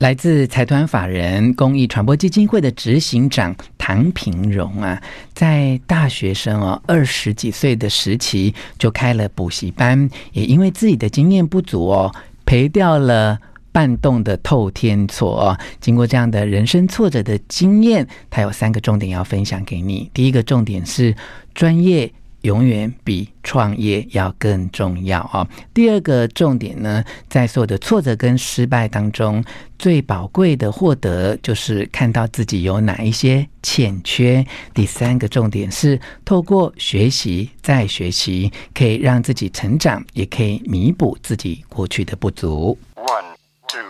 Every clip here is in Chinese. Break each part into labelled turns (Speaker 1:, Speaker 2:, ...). Speaker 1: 来自财团法人公益传播基金会的执行长唐平荣啊，在大学生哦二十几岁的时期就开了补习班，也因为自己的经验不足哦，赔掉了。半栋的透天错哦，经过这样的人生挫折的经验，他有三个重点要分享给你。第一个重点是专业永远比创业要更重要哦。第二个重点呢，在所有的挫折跟失败当中，最宝贵的获得就是看到自己有哪一些欠缺。第三个重点是透过学习再学习，可以让自己成长，也可以弥补自己过去的不足。
Speaker 2: One, two,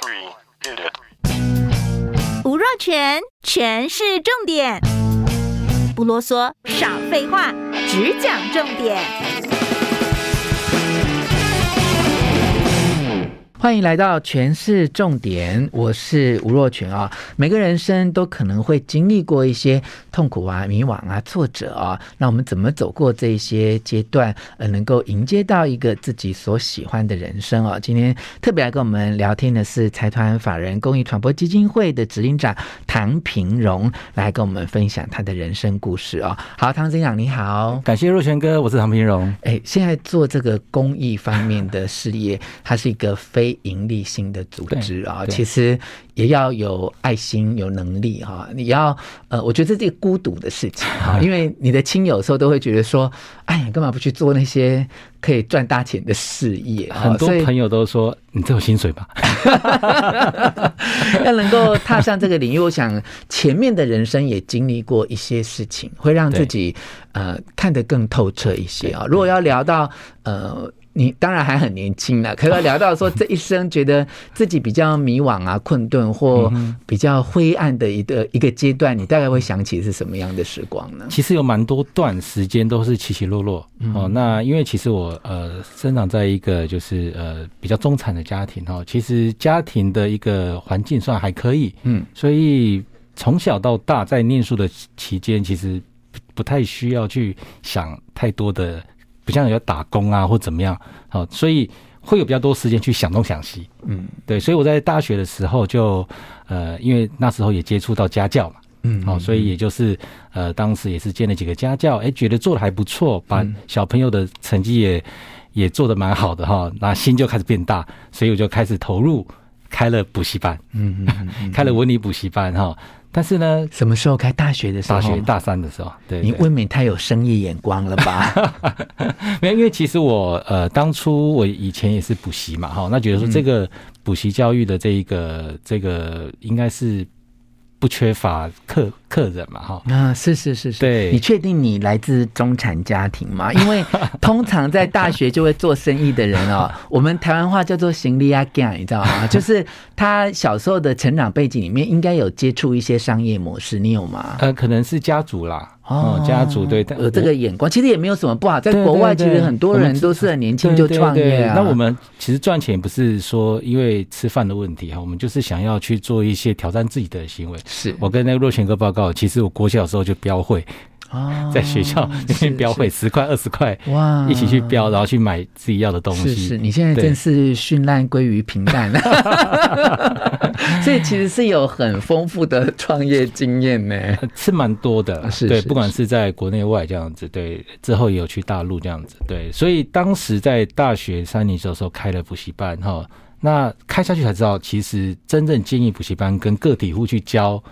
Speaker 2: three, hit it.
Speaker 3: 吴若全，全是重点，不啰嗦，少废话，只讲重点。
Speaker 1: 欢迎来到全市重点，我是吴若群啊、每个人生都可能会经历过一些痛苦啊、迷惘啊、挫折啊，那我们怎么走过这一些阶段，呃，能够迎接到一个自己所喜欢的人生啊？今天特别来跟我们聊天的是财团法人公益传播基金会的执行长唐平荣，来跟我们分享他的人生故事啊。好，唐执行长你好。
Speaker 4: 感谢若泉哥，我是唐平荣。
Speaker 1: 哎，现在做这个公益方面的事业，它是一个非盈利性的组织啊，
Speaker 4: 对
Speaker 1: 其实也要有爱心、有能力哈、你要呃，我觉得这是一个孤独的事情 哈、因为你的亲友有时候都会觉得说，哎，你干嘛不去做那些可以赚大钱的事业啊？
Speaker 4: 很多
Speaker 1: 所以
Speaker 4: 朋友都说你这有薪水吧？
Speaker 1: 要能够踏上这个领域，我想前面的人生也经历过一些事情，会让自己呃看得更透彻一些啊、如果要聊到呃。你当然还很年轻 了，可是要聊到说这一生觉得自己比较迷惘啊、困顿或
Speaker 4: 嗯
Speaker 1: 比较灰暗的一个一个阶段，你大概会想起是什么样的时光呢？
Speaker 4: 其实有蛮多段时间都是起起落落、哦。那因为其实我呃生长在一个就是呃比较中产的家庭哦，其实家庭的一个环境算还可以，
Speaker 1: 嗯，
Speaker 4: 所以从小到大在念书的期间，其实不不太需要去想太多的，不像要打工啊或怎么样，好、所以会有比较多时间去想东想西，
Speaker 1: 嗯
Speaker 4: 对，所以我在大学的时候就，呃，因为那时候也接触到家教嘛，
Speaker 1: 嗯
Speaker 4: 哦，所以也就是，呃，当时也是建了几个家教，哎，觉得做的还不错，把
Speaker 1: 嗯
Speaker 4: 小朋友的成绩也也做的蛮好的哈，那心就开始变大，所以我就开始投入开了补习班，
Speaker 1: 嗯，嗯嗯
Speaker 4: 开了文理补习班哈，但是呢，
Speaker 1: 什么时候开大学的时候
Speaker 4: 大
Speaker 1: 吗？
Speaker 4: 学大三的时候，对，
Speaker 1: 你
Speaker 4: 对
Speaker 1: 未免太有生意眼光了吧？
Speaker 4: 没有，因为其实我呃，当初我以前也是补习嘛，哈，那觉得说这
Speaker 1: 嗯
Speaker 4: 个补习教育的这一个这个应该是不缺乏客客人嘛，哈。
Speaker 1: 啊，是是是是，
Speaker 4: 对
Speaker 1: 你确定你来自中产家庭吗？因 为通常在大学就会做生意的人哦，我们台湾话叫做行李啊 g 你知道吗？就是他小时候的成长背景里面应该有接触一些商业模式，你有吗？
Speaker 4: 呃，可能是家族啦，哦，家族对，但
Speaker 1: 有这个眼光，其实也没有什么不好。在
Speaker 4: 对对
Speaker 1: 国外，其
Speaker 4: 对
Speaker 1: 实很多
Speaker 4: 我们
Speaker 1: 人
Speaker 4: 只
Speaker 1: 都是很年
Speaker 4: 我
Speaker 1: 轻就创
Speaker 4: 对对
Speaker 1: 业
Speaker 4: 对
Speaker 1: 啊。
Speaker 4: 那我们其实赚钱不是说因为吃饭的问题哈，我们就是想要去做一些挑战自己的行为。
Speaker 1: 是
Speaker 4: 我跟那个若泉哥报告，其实我国小的时候就标会，
Speaker 1: 哦
Speaker 4: 在学校 那边标会
Speaker 1: 是
Speaker 4: 十块二十块，
Speaker 1: 是哇
Speaker 4: 一起去标，然后去买自己要的东西。
Speaker 1: 是是，你现在正
Speaker 4: 对
Speaker 1: 是绚烂归于平淡， 所以其实是有很丰富的创业经验呢。
Speaker 4: 呃是蛮多的啦，
Speaker 1: 啊是
Speaker 4: 对，
Speaker 1: 是
Speaker 4: 不管是在国内外这样子，对，之后也有去大陆这样子，对，所以当时在大学三年级的时候开了补习班哈，那开下去才知道，其实真正建议补习班跟个体户去教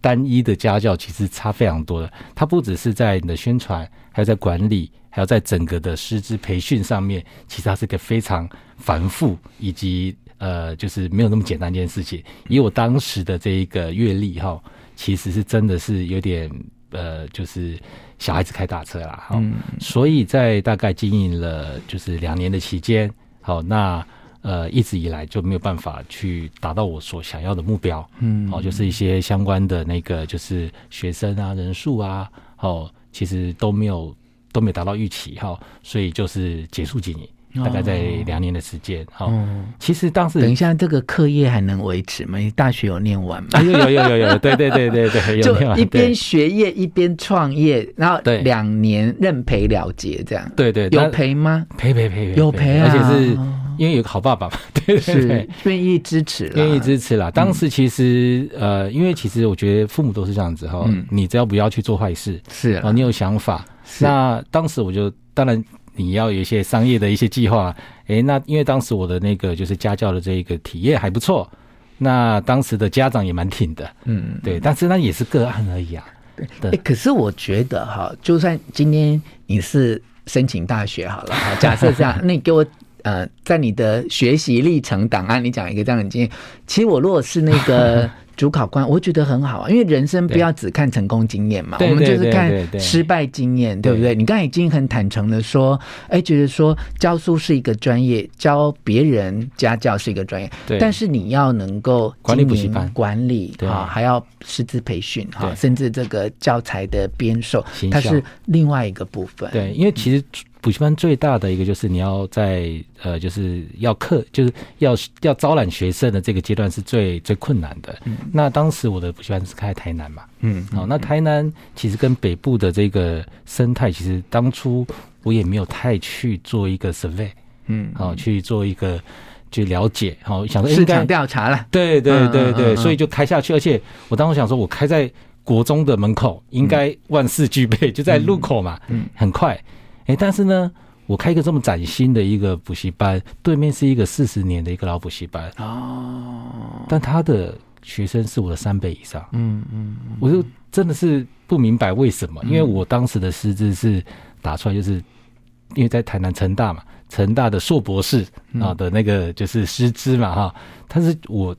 Speaker 4: 单一的家教其实差非常多的，它不只是在你的宣传，还有在管理，还有在整个的师资培训上面，其实它是个非常繁复以及呃，就是没有那么简单一件事情。以我当时的这一个阅历哈，其实是真的是有点呃，就是小孩子开大车啦，哈、
Speaker 1: 嗯
Speaker 4: 所以在大概经营了就是两年的期间，好，那呃一直以来就没有办法去达到我所想要的目标，嗯，好，就是一些相关的那个就是学生啊人数啊，哦，其实都没有都没有达到预期哈、所以就是结束经营，大概在两年的时间，哈、其实当时
Speaker 1: 哦等一下，这个课业还能维持吗？你大学有念完吗？
Speaker 4: 哎呦有有有有有，对对对对对， 有
Speaker 1: 就
Speaker 4: 有啊
Speaker 1: 一
Speaker 4: 对
Speaker 1: 边学业一边创业，然后
Speaker 4: 对
Speaker 1: 两年认赔了结，这样
Speaker 4: 对对，
Speaker 1: 有
Speaker 4: 那
Speaker 1: 赔吗？
Speaker 4: 赔赔赔赔
Speaker 1: 有赔啊
Speaker 4: 而且是因为有个好爸爸嘛， 对对
Speaker 1: 是嗯
Speaker 4: 对，
Speaker 1: 愿意支持啦，
Speaker 4: 愿意支持啦。当时其实、呃，因为其实我觉得父母都是这样子哈，
Speaker 1: 嗯
Speaker 4: 你只要不要去做坏事，
Speaker 1: 是
Speaker 4: 啊，
Speaker 1: 啦，
Speaker 4: 你有想法，
Speaker 1: 是
Speaker 4: 那当时我就当然你要有一些商业的一些计划，诶，那因为当时我的那个就是家教的这一个体验还不错，那当时的家长也蛮挺的，
Speaker 1: 嗯，
Speaker 4: 对，但是那也是个案而已啊，对
Speaker 1: 诶可是我觉得哈，就算今天你是申请大学好了，哈假设这 样，那你给我呃，在你的学习历程档案，你讲一个这样的经验。其实我如果是那 个主考官，我会觉得很好啊，因为人生不要只看成功经验嘛，我
Speaker 4: 对
Speaker 1: 们就是
Speaker 4: 对对
Speaker 1: 看
Speaker 4: 对对
Speaker 1: 失败经验，对不对？你刚才已经很坦诚的说，哎，觉得说教书是一个专业，教别人家教是一个专业，
Speaker 4: 对
Speaker 1: 但是你要能够
Speaker 4: 管理补习
Speaker 1: 经营
Speaker 4: 班
Speaker 1: 管理
Speaker 4: 对
Speaker 1: 啊，还要师资培训哈，
Speaker 4: 对
Speaker 1: 甚至这个教材的编售
Speaker 4: 行，
Speaker 1: 它
Speaker 4: 销
Speaker 1: 是另外一个部分。
Speaker 4: 对，因为其实补习班最大的一个就是你要在呃，就是要课，就是要要招揽学生的这个阶段是最最困难的。那当时我的补习班是开在台南嘛，
Speaker 1: 嗯，
Speaker 4: 哦，那台南其实跟北部的这个生态，其实当初我也没有太去做一个 survey，
Speaker 1: 嗯，
Speaker 4: 哦，去做一个去了解，哦，想说诶
Speaker 1: 市
Speaker 4: 应该
Speaker 1: 场调查了，
Speaker 4: 对对
Speaker 1: 嗯
Speaker 4: 对
Speaker 1: 嗯
Speaker 4: 对，
Speaker 1: 嗯
Speaker 4: 所以就开下去，而且我当时想说，我开在国中的门口，
Speaker 1: 嗯
Speaker 4: 应该万事俱备，就在路口嘛，很快。哎，但是呢，我开一个这么崭新的一个补习班，对面是一个四十年的一个老补习班，
Speaker 1: 哦，
Speaker 4: 但他的学生是我的三倍以上，
Speaker 1: 嗯嗯，
Speaker 4: 我就真的是不明白为什么，因为我当时的师资是打出来就是，因为在台南成大嘛，成大的硕博士
Speaker 1: 嗯
Speaker 4: 啊的那个就是师资嘛哈，但是我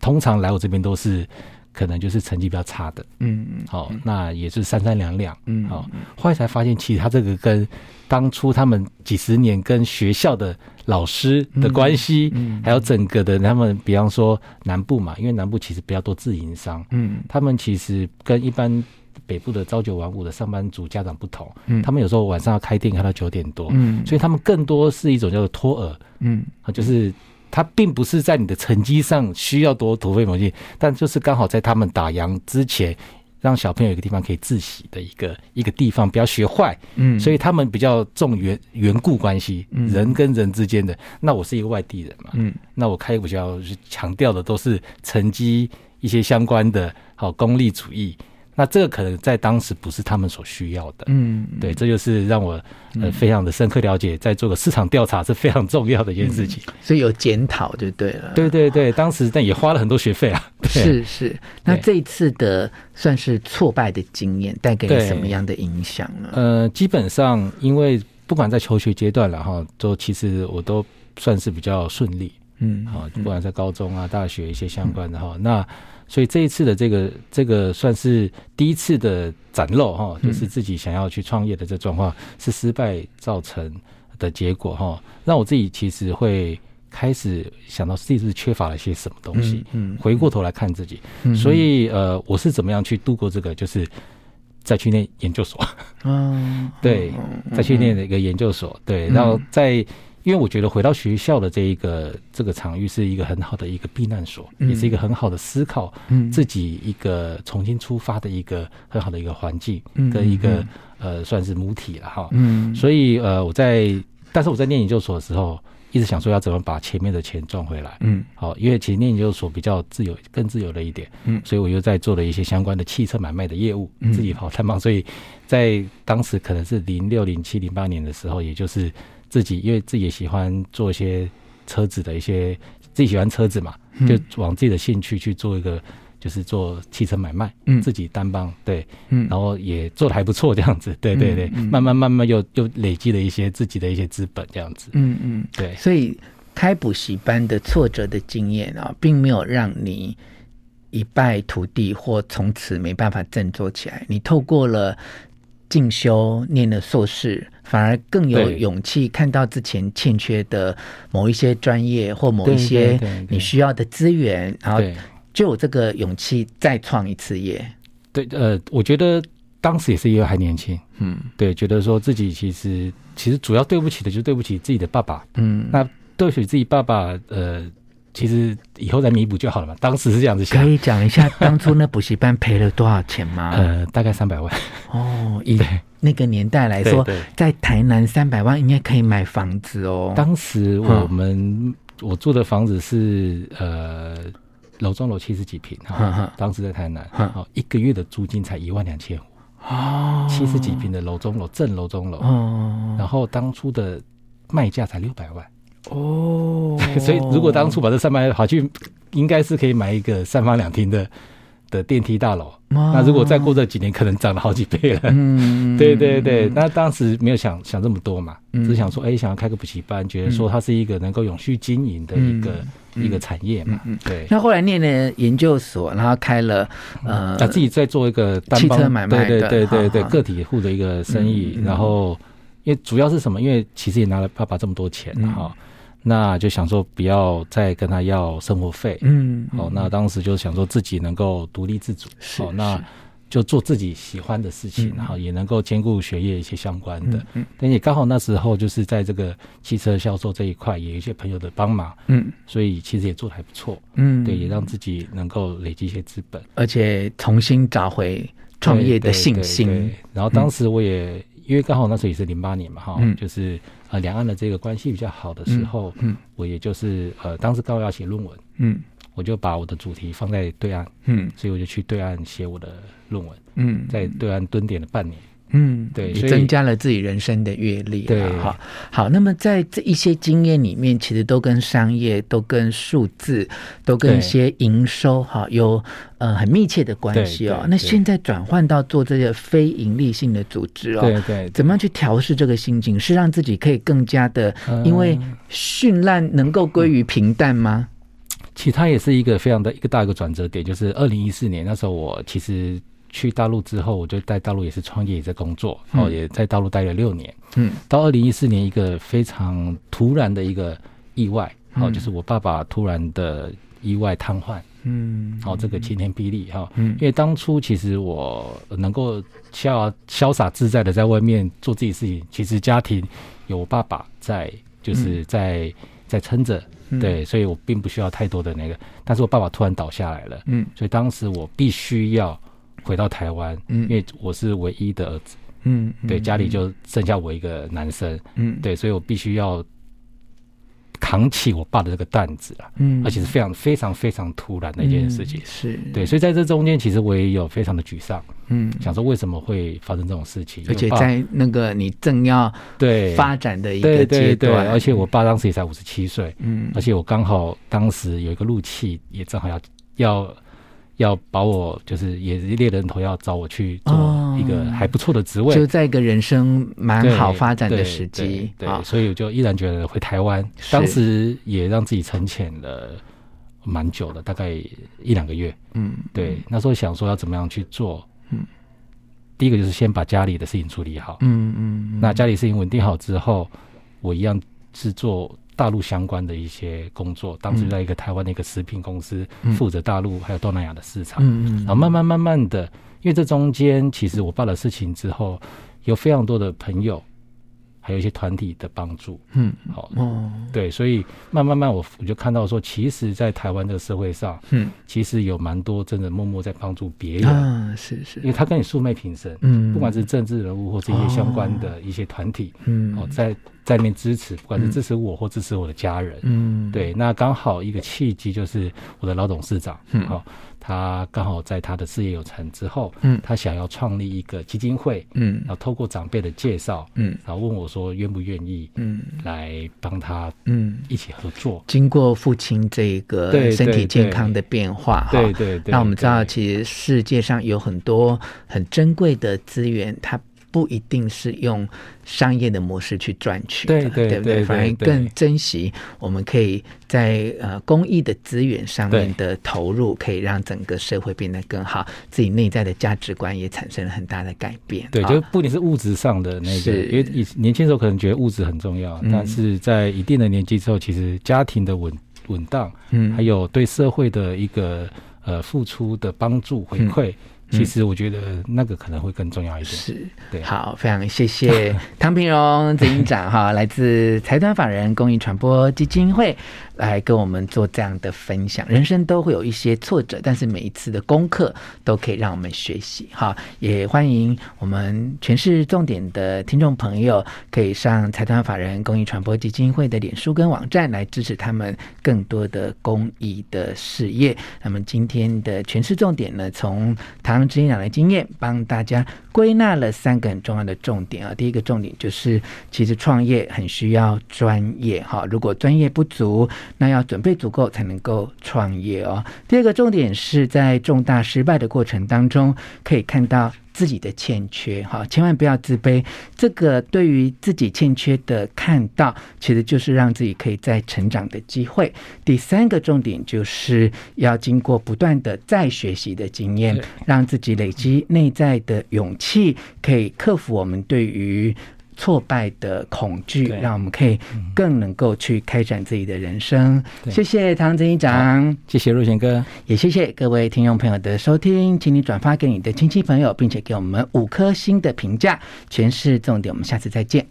Speaker 4: 通常来我这边都是可能就是成绩比较差的，
Speaker 1: 嗯
Speaker 4: 好、那也是三三两两，
Speaker 1: 嗯
Speaker 4: 好、后来才发现其实他这个跟当初他们几十年跟学校的老师的关系，
Speaker 1: 嗯嗯
Speaker 4: 还有整个的他们，比方说南部嘛，因为南部其实比较多自营商，
Speaker 1: 嗯
Speaker 4: 他们其实跟一般北部的朝九晚五的上班族家长不同，
Speaker 1: 嗯
Speaker 4: 他们有时候晚上要开店开到九点多，
Speaker 1: 嗯
Speaker 4: 所以他们更多是一种叫做托儿
Speaker 1: 嗯
Speaker 4: 啊，就是他并不是在你的成绩上需要多突飞猛进，但就是刚好在他们打烊之前。让小朋友有一个地方可以自习的一个一个地方，不要学坏。
Speaker 1: 嗯，
Speaker 4: 所
Speaker 1: 以
Speaker 4: 以他们比较重缘缘故关系，
Speaker 1: 嗯
Speaker 4: 人跟人之间的。那我是一个外地人嘛，
Speaker 1: 嗯
Speaker 4: 那我开个比较强调的都是成绩一些相关的，好功利主义。那这个可能在当时不是他们所需要的。
Speaker 1: 嗯，
Speaker 4: 对，这就是让我呃非常的深刻了解，在做个市场调查是非常重要的一件事情。
Speaker 1: 所以有检讨就对了。
Speaker 4: 对对对，当时但也花了很多学费 啊。对
Speaker 1: 是是，那
Speaker 4: 对
Speaker 1: 这一次的算是挫败的经验带给你
Speaker 4: 对
Speaker 1: 什么样的影响呢？
Speaker 4: 呃，基本上因为不管在求学阶段了哈，都其实我都算是比较顺利。
Speaker 1: 嗯，
Speaker 4: 好，不管在高中啊、大学一些相关的哈。那所以这一次的这个这个算是第一次的展露哈，
Speaker 1: 嗯
Speaker 4: 就是自己想要去创业的这状况是失败造成的结果哈，让我自己其实会开始想到自己是缺乏了些什么东西，
Speaker 1: 嗯嗯
Speaker 4: 回过头来看自己，
Speaker 1: 嗯
Speaker 4: 所以呃，我是怎么样去度过这个就是。再去念研 究所，
Speaker 1: 嗯，
Speaker 4: 对，再去念了一个研究所，对，然后在，因为我觉得回到学校的这一个这个场域是一个很好的一个避难所，
Speaker 1: 嗯
Speaker 4: 也是一个很好的思考
Speaker 1: 嗯
Speaker 4: 自己一个重新出发的一个很好的一个环境
Speaker 1: 嗯，
Speaker 4: 跟一
Speaker 1: 嗯
Speaker 4: 个呃算是母体了哈。
Speaker 1: 嗯，
Speaker 4: 所以呃我在，但是我在念研究所的时候，一直想说要怎么把前面的钱赚回来，
Speaker 1: 嗯
Speaker 4: 好，因为其实念研究所比较自由，更自由了一点，
Speaker 1: 嗯
Speaker 4: 所以我又在做了一些相关的汽车买卖的业务，
Speaker 1: 嗯
Speaker 4: 自己跑探访，所以在当时可能是零六、零七、零八年的时候，也就是自己因为自己也喜欢做一些车子的一些，自己喜欢车子嘛，
Speaker 1: 嗯
Speaker 4: 就往自己的兴趣去做一个，就是做汽车买卖，
Speaker 1: 嗯
Speaker 4: 自己单帮对，
Speaker 1: 嗯
Speaker 4: 然后也做的还不错这样子，对对对，
Speaker 1: 嗯嗯
Speaker 4: 慢慢慢慢又又累积了一些自己的一些资本这样子，
Speaker 1: 嗯嗯，
Speaker 4: 对。
Speaker 1: 所以开补习班的挫折的经验啊，并没有让你一败涂地或从此没办法振作起来。你透过了进修，念了硕士，反而更有
Speaker 4: 对
Speaker 1: 勇气看到之前欠缺的某一些专业或某一
Speaker 4: 对
Speaker 1: 些
Speaker 4: 对对对
Speaker 1: 你需要的资源，然后
Speaker 4: 对
Speaker 1: 就有这个勇气再创一次业。
Speaker 4: 对，呃，我觉得当时也是因为还年轻，
Speaker 1: 嗯
Speaker 4: 对，觉得说自己其实其实主要对不起的就是对不起自己的爸爸，
Speaker 1: 嗯
Speaker 4: 那对不起自己爸爸，呃，其实以后再弥补就好了嘛。当时是这样子
Speaker 1: 可
Speaker 4: 想，
Speaker 1: 以讲一下当初那补习班赔了多少钱 吗？
Speaker 4: 呃，大概三百万，
Speaker 1: 哦，以
Speaker 4: 对
Speaker 1: 那个年代来
Speaker 4: 对
Speaker 1: 说
Speaker 4: 对，
Speaker 1: 在台南三百万应该可以买房子哦。
Speaker 4: 当时我们、我住的房子是呃楼中楼七十几平，
Speaker 1: 哼
Speaker 4: 哈
Speaker 1: 哼，
Speaker 4: 当时在台南，
Speaker 1: 哼
Speaker 4: 哦，一个月的租金才一万两千五，
Speaker 1: 嗯哦，
Speaker 4: 七十几平的楼中楼，正楼中楼，
Speaker 1: 哦
Speaker 4: 然后当初的卖价才六百万，，
Speaker 1: 哦
Speaker 4: 所以如果当初把这三百万跑去，应该是可以买一个三房两厅的的电梯大楼。那如果再过这几年，可能涨了好几倍了。
Speaker 1: 嗯，
Speaker 4: 对对对，那当时没有想想这么多嘛，
Speaker 1: 嗯
Speaker 4: 只想说，哎，想要开个补习班，觉得说它是一个能够永续经营的一个、
Speaker 1: 嗯
Speaker 4: 一个产业嘛。
Speaker 1: 嗯嗯
Speaker 4: 对，
Speaker 1: 那后来念了研究所，然后开了呃
Speaker 4: 嗯啊那自己在做一个单
Speaker 1: 汽
Speaker 4: 帮
Speaker 1: 车买卖
Speaker 4: 对
Speaker 1: 的
Speaker 4: 对对对对，
Speaker 1: 哈哈
Speaker 4: 个体户的一个生意。
Speaker 1: 嗯嗯嗯
Speaker 4: 然后，因为主要是什么？因为其实也拿了爸爸这么多钱哈、
Speaker 1: 嗯
Speaker 4: 那就想说不要再跟他要生活费。
Speaker 1: 嗯，嗯
Speaker 4: 哦，那当时就想说自己能够独立自主，
Speaker 1: 是
Speaker 4: 哦，那
Speaker 1: 是
Speaker 4: 就做自己喜欢的事情，
Speaker 1: 嗯
Speaker 4: 然后也能够兼顾学业一些相关的。
Speaker 1: 嗯
Speaker 4: 但也刚好那时候就是在这个汽车销售这一块，也有一些朋友的帮忙，
Speaker 1: 嗯
Speaker 4: 所以其实也做的还不错，
Speaker 1: 嗯，
Speaker 4: 对，也让自己能够累积一些资本，
Speaker 1: 而且重新找回创业的信
Speaker 4: 对对对
Speaker 1: 心
Speaker 4: 对，然后当时我也、因为刚好那时候也是零八年嘛，哈、
Speaker 1: 嗯
Speaker 4: 就是呃两岸的这个关系比较好的时候，
Speaker 1: 嗯嗯
Speaker 4: 我也就是呃当时刚好要写论文，
Speaker 1: 嗯
Speaker 4: 我就把我的主题放在对岸。
Speaker 1: 嗯
Speaker 4: 所以我就去对岸写我的论文，
Speaker 1: 嗯，
Speaker 4: 在对岸蹲点了半年。
Speaker 1: 嗯，
Speaker 4: 对
Speaker 1: 也
Speaker 4: 所以
Speaker 1: 增加了自己人生的阅历啦。
Speaker 4: 对
Speaker 1: 好，好，那么在这一些经验里面，其实都跟商业、都跟数字、都跟
Speaker 4: 对
Speaker 1: 一些营收哈有呃很密切的关系哦
Speaker 4: 对。对
Speaker 1: 那
Speaker 4: 对
Speaker 1: 现在转换到做这个非盈利性的组织哦，
Speaker 4: 对对，
Speaker 1: 怎么样去调试这个心境？是让自己可以更加的，
Speaker 4: 嗯
Speaker 1: 因为绚烂能够归于平淡吗？
Speaker 4: 其实它也是一个非常的一个大一个转折点，就是二零一四年那时候，我其实去大陆之后，我就在大陆也是创业，也在工作，然后
Speaker 1: 嗯
Speaker 4: 也在大陆待了六年。
Speaker 1: 嗯
Speaker 4: 到二零一四年，一个非常突然的一个意外，哦，
Speaker 1: 嗯
Speaker 4: 就是我爸爸突然的意外瘫痪，
Speaker 1: 嗯，
Speaker 4: 哦，这个晴天霹雳哈。哦
Speaker 1: 嗯
Speaker 4: 因为当初其实我能够潇潇洒自在的在外面做自己事情，其实家庭有爸爸在，就是在、在撑着，
Speaker 1: 嗯
Speaker 4: 对，所以我并不需要太多的那个。但是我爸爸突然倒下来了，
Speaker 1: 嗯
Speaker 4: 所以当时我必须要回到台湾，
Speaker 1: 嗯
Speaker 4: 因为我是唯一的儿子，
Speaker 1: 嗯，
Speaker 4: 对，家里就剩下我一个男生，
Speaker 1: 嗯
Speaker 4: 对，所以我必须要扛起我爸的这个担子啊，
Speaker 1: 嗯
Speaker 4: 而且是非常非常非常突然的一件事情
Speaker 1: 嗯。是
Speaker 4: 对，所以在这中间，其实我也有非常的沮丧，
Speaker 1: 嗯。
Speaker 4: 想说为什么会发生这种事情，
Speaker 1: 而且
Speaker 4: 因为我爸
Speaker 1: 在那个你正要
Speaker 4: 对
Speaker 1: 发展的一个
Speaker 4: 对
Speaker 1: 阶
Speaker 4: 对对，
Speaker 1: 段，
Speaker 4: 而且我爸当时也才五十七岁，
Speaker 1: 嗯
Speaker 4: 而且我刚好当时有一个入气，也正好要要要把我就是也是猎人头要找我去做
Speaker 1: 哦
Speaker 4: 一个还不错的职位，
Speaker 1: 就在一个人生蛮
Speaker 4: 对
Speaker 1: 好发展的
Speaker 4: 对
Speaker 1: 时机
Speaker 4: 对对
Speaker 1: 啊，
Speaker 4: 所以我就毅然决然地回台湾，
Speaker 1: 是
Speaker 4: 当时也让自己沉潜了蛮久的，大概一两个月。
Speaker 1: 嗯，
Speaker 4: 对，那时候想说要怎么样去做，
Speaker 1: 嗯
Speaker 4: 嗯，第一个就是先把家里的事情处理好，
Speaker 1: 嗯嗯，
Speaker 4: 那家里事情稳定好之后，我一样是做大陆相关的一些工作，当时在一个台湾的一个食品公司
Speaker 1: 嗯
Speaker 4: 负责大陆还有东南亚的市场，
Speaker 1: 嗯
Speaker 4: 然后慢慢慢慢的，因为这中间其实我爸的事情之后，有非常多的朋友，还有一些团体的帮助，
Speaker 1: 嗯
Speaker 4: 好、
Speaker 1: 嗯哦
Speaker 4: 对，所以慢慢慢我我就看到说，其实，在台湾这个社会上，
Speaker 1: 嗯
Speaker 4: 其实有蛮多真的默默在帮助别人，
Speaker 1: 啊是是
Speaker 4: 嗯因为他跟你素昧平生，
Speaker 1: 嗯
Speaker 4: 不管是政治人物或是一些相关的一些团体，
Speaker 1: 嗯
Speaker 4: 哦，在在面支持，不管是支持我或支持我的家人，
Speaker 1: 嗯
Speaker 4: 对，那刚好一个契机就是我的老董事长，
Speaker 1: 嗯
Speaker 4: 哦，他刚好在他的事业有成之后，
Speaker 1: 嗯
Speaker 4: 他想要创立一个基金会，
Speaker 1: 嗯
Speaker 4: 然后透过长辈的介绍，
Speaker 1: 嗯
Speaker 4: 然后问我说愿不愿意
Speaker 1: 嗯
Speaker 4: 来帮他
Speaker 1: 嗯，
Speaker 4: 一起合作，
Speaker 1: 经过父亲这一个
Speaker 4: 对
Speaker 1: 身体
Speaker 4: 对
Speaker 1: 健康的变化哈，
Speaker 4: 对对对，
Speaker 1: 那我们知道，
Speaker 4: 对
Speaker 1: 其实世界上有很多很珍贵的资源，它不一定是用商业的模式去赚取的，
Speaker 4: 对对
Speaker 1: 不
Speaker 4: 对
Speaker 1: 对？
Speaker 4: 对
Speaker 1: 反而
Speaker 4: 对
Speaker 1: 更珍惜我们可以在呃公益的资源上面的投入，可以让整个社会变得更好，自己内在的价值观也产生了很大的改变。
Speaker 4: 对，
Speaker 1: 啊
Speaker 4: 就不仅是物质上的那个，
Speaker 1: 是
Speaker 4: 因为以年轻的时候可能觉得物质很重要，
Speaker 1: 嗯
Speaker 4: 但是在一定的年纪之后，其实家庭的稳稳当，
Speaker 1: 嗯
Speaker 4: 还有对社会的一个呃付出的帮助回馈，其实我觉得那个可能会更重要一点。
Speaker 1: 嗯是，
Speaker 4: 对
Speaker 1: 好，非常谢 谢汤平荣执行长哈，来自财团法人公益传播基金会，来跟我们做这样的分享。人生都会有一些挫折，但是每一次的功课都可以让我们学习哈。也欢迎我们全市重点的听众朋友，可以上财团法人公益传播基金会的脸书跟网站来支持他们更多的公益的事业。那么今天的全市重点呢，从台湾执行长的经验，帮大家归纳了三个很重要的重点啊。第一个重点就是，其实创业很需要专业哈，如果专业不足，那要准备足够才能够创业哦。第二个重点是在重大失败的过程当中，可以看到自己的欠缺哈，千万不要自卑。这个对于自己欠缺的看到，其实就是让自己可以再成长的机会。第三个重点就是要经过不断的再学习的经验
Speaker 4: 对，
Speaker 1: 让自己累积内在的勇气，可以克服我们对于。挫败的恐惧，
Speaker 4: 对嗯
Speaker 1: 让我们可以更能够去开展自己的人生。
Speaker 4: 对
Speaker 1: 谢谢唐执行长。
Speaker 4: 谢谢若贤哥，
Speaker 1: 也谢谢各位听众朋友的收听，请你转发给你的亲戚朋友，并且给我们五颗星的评价。全市重点，我们下次再见。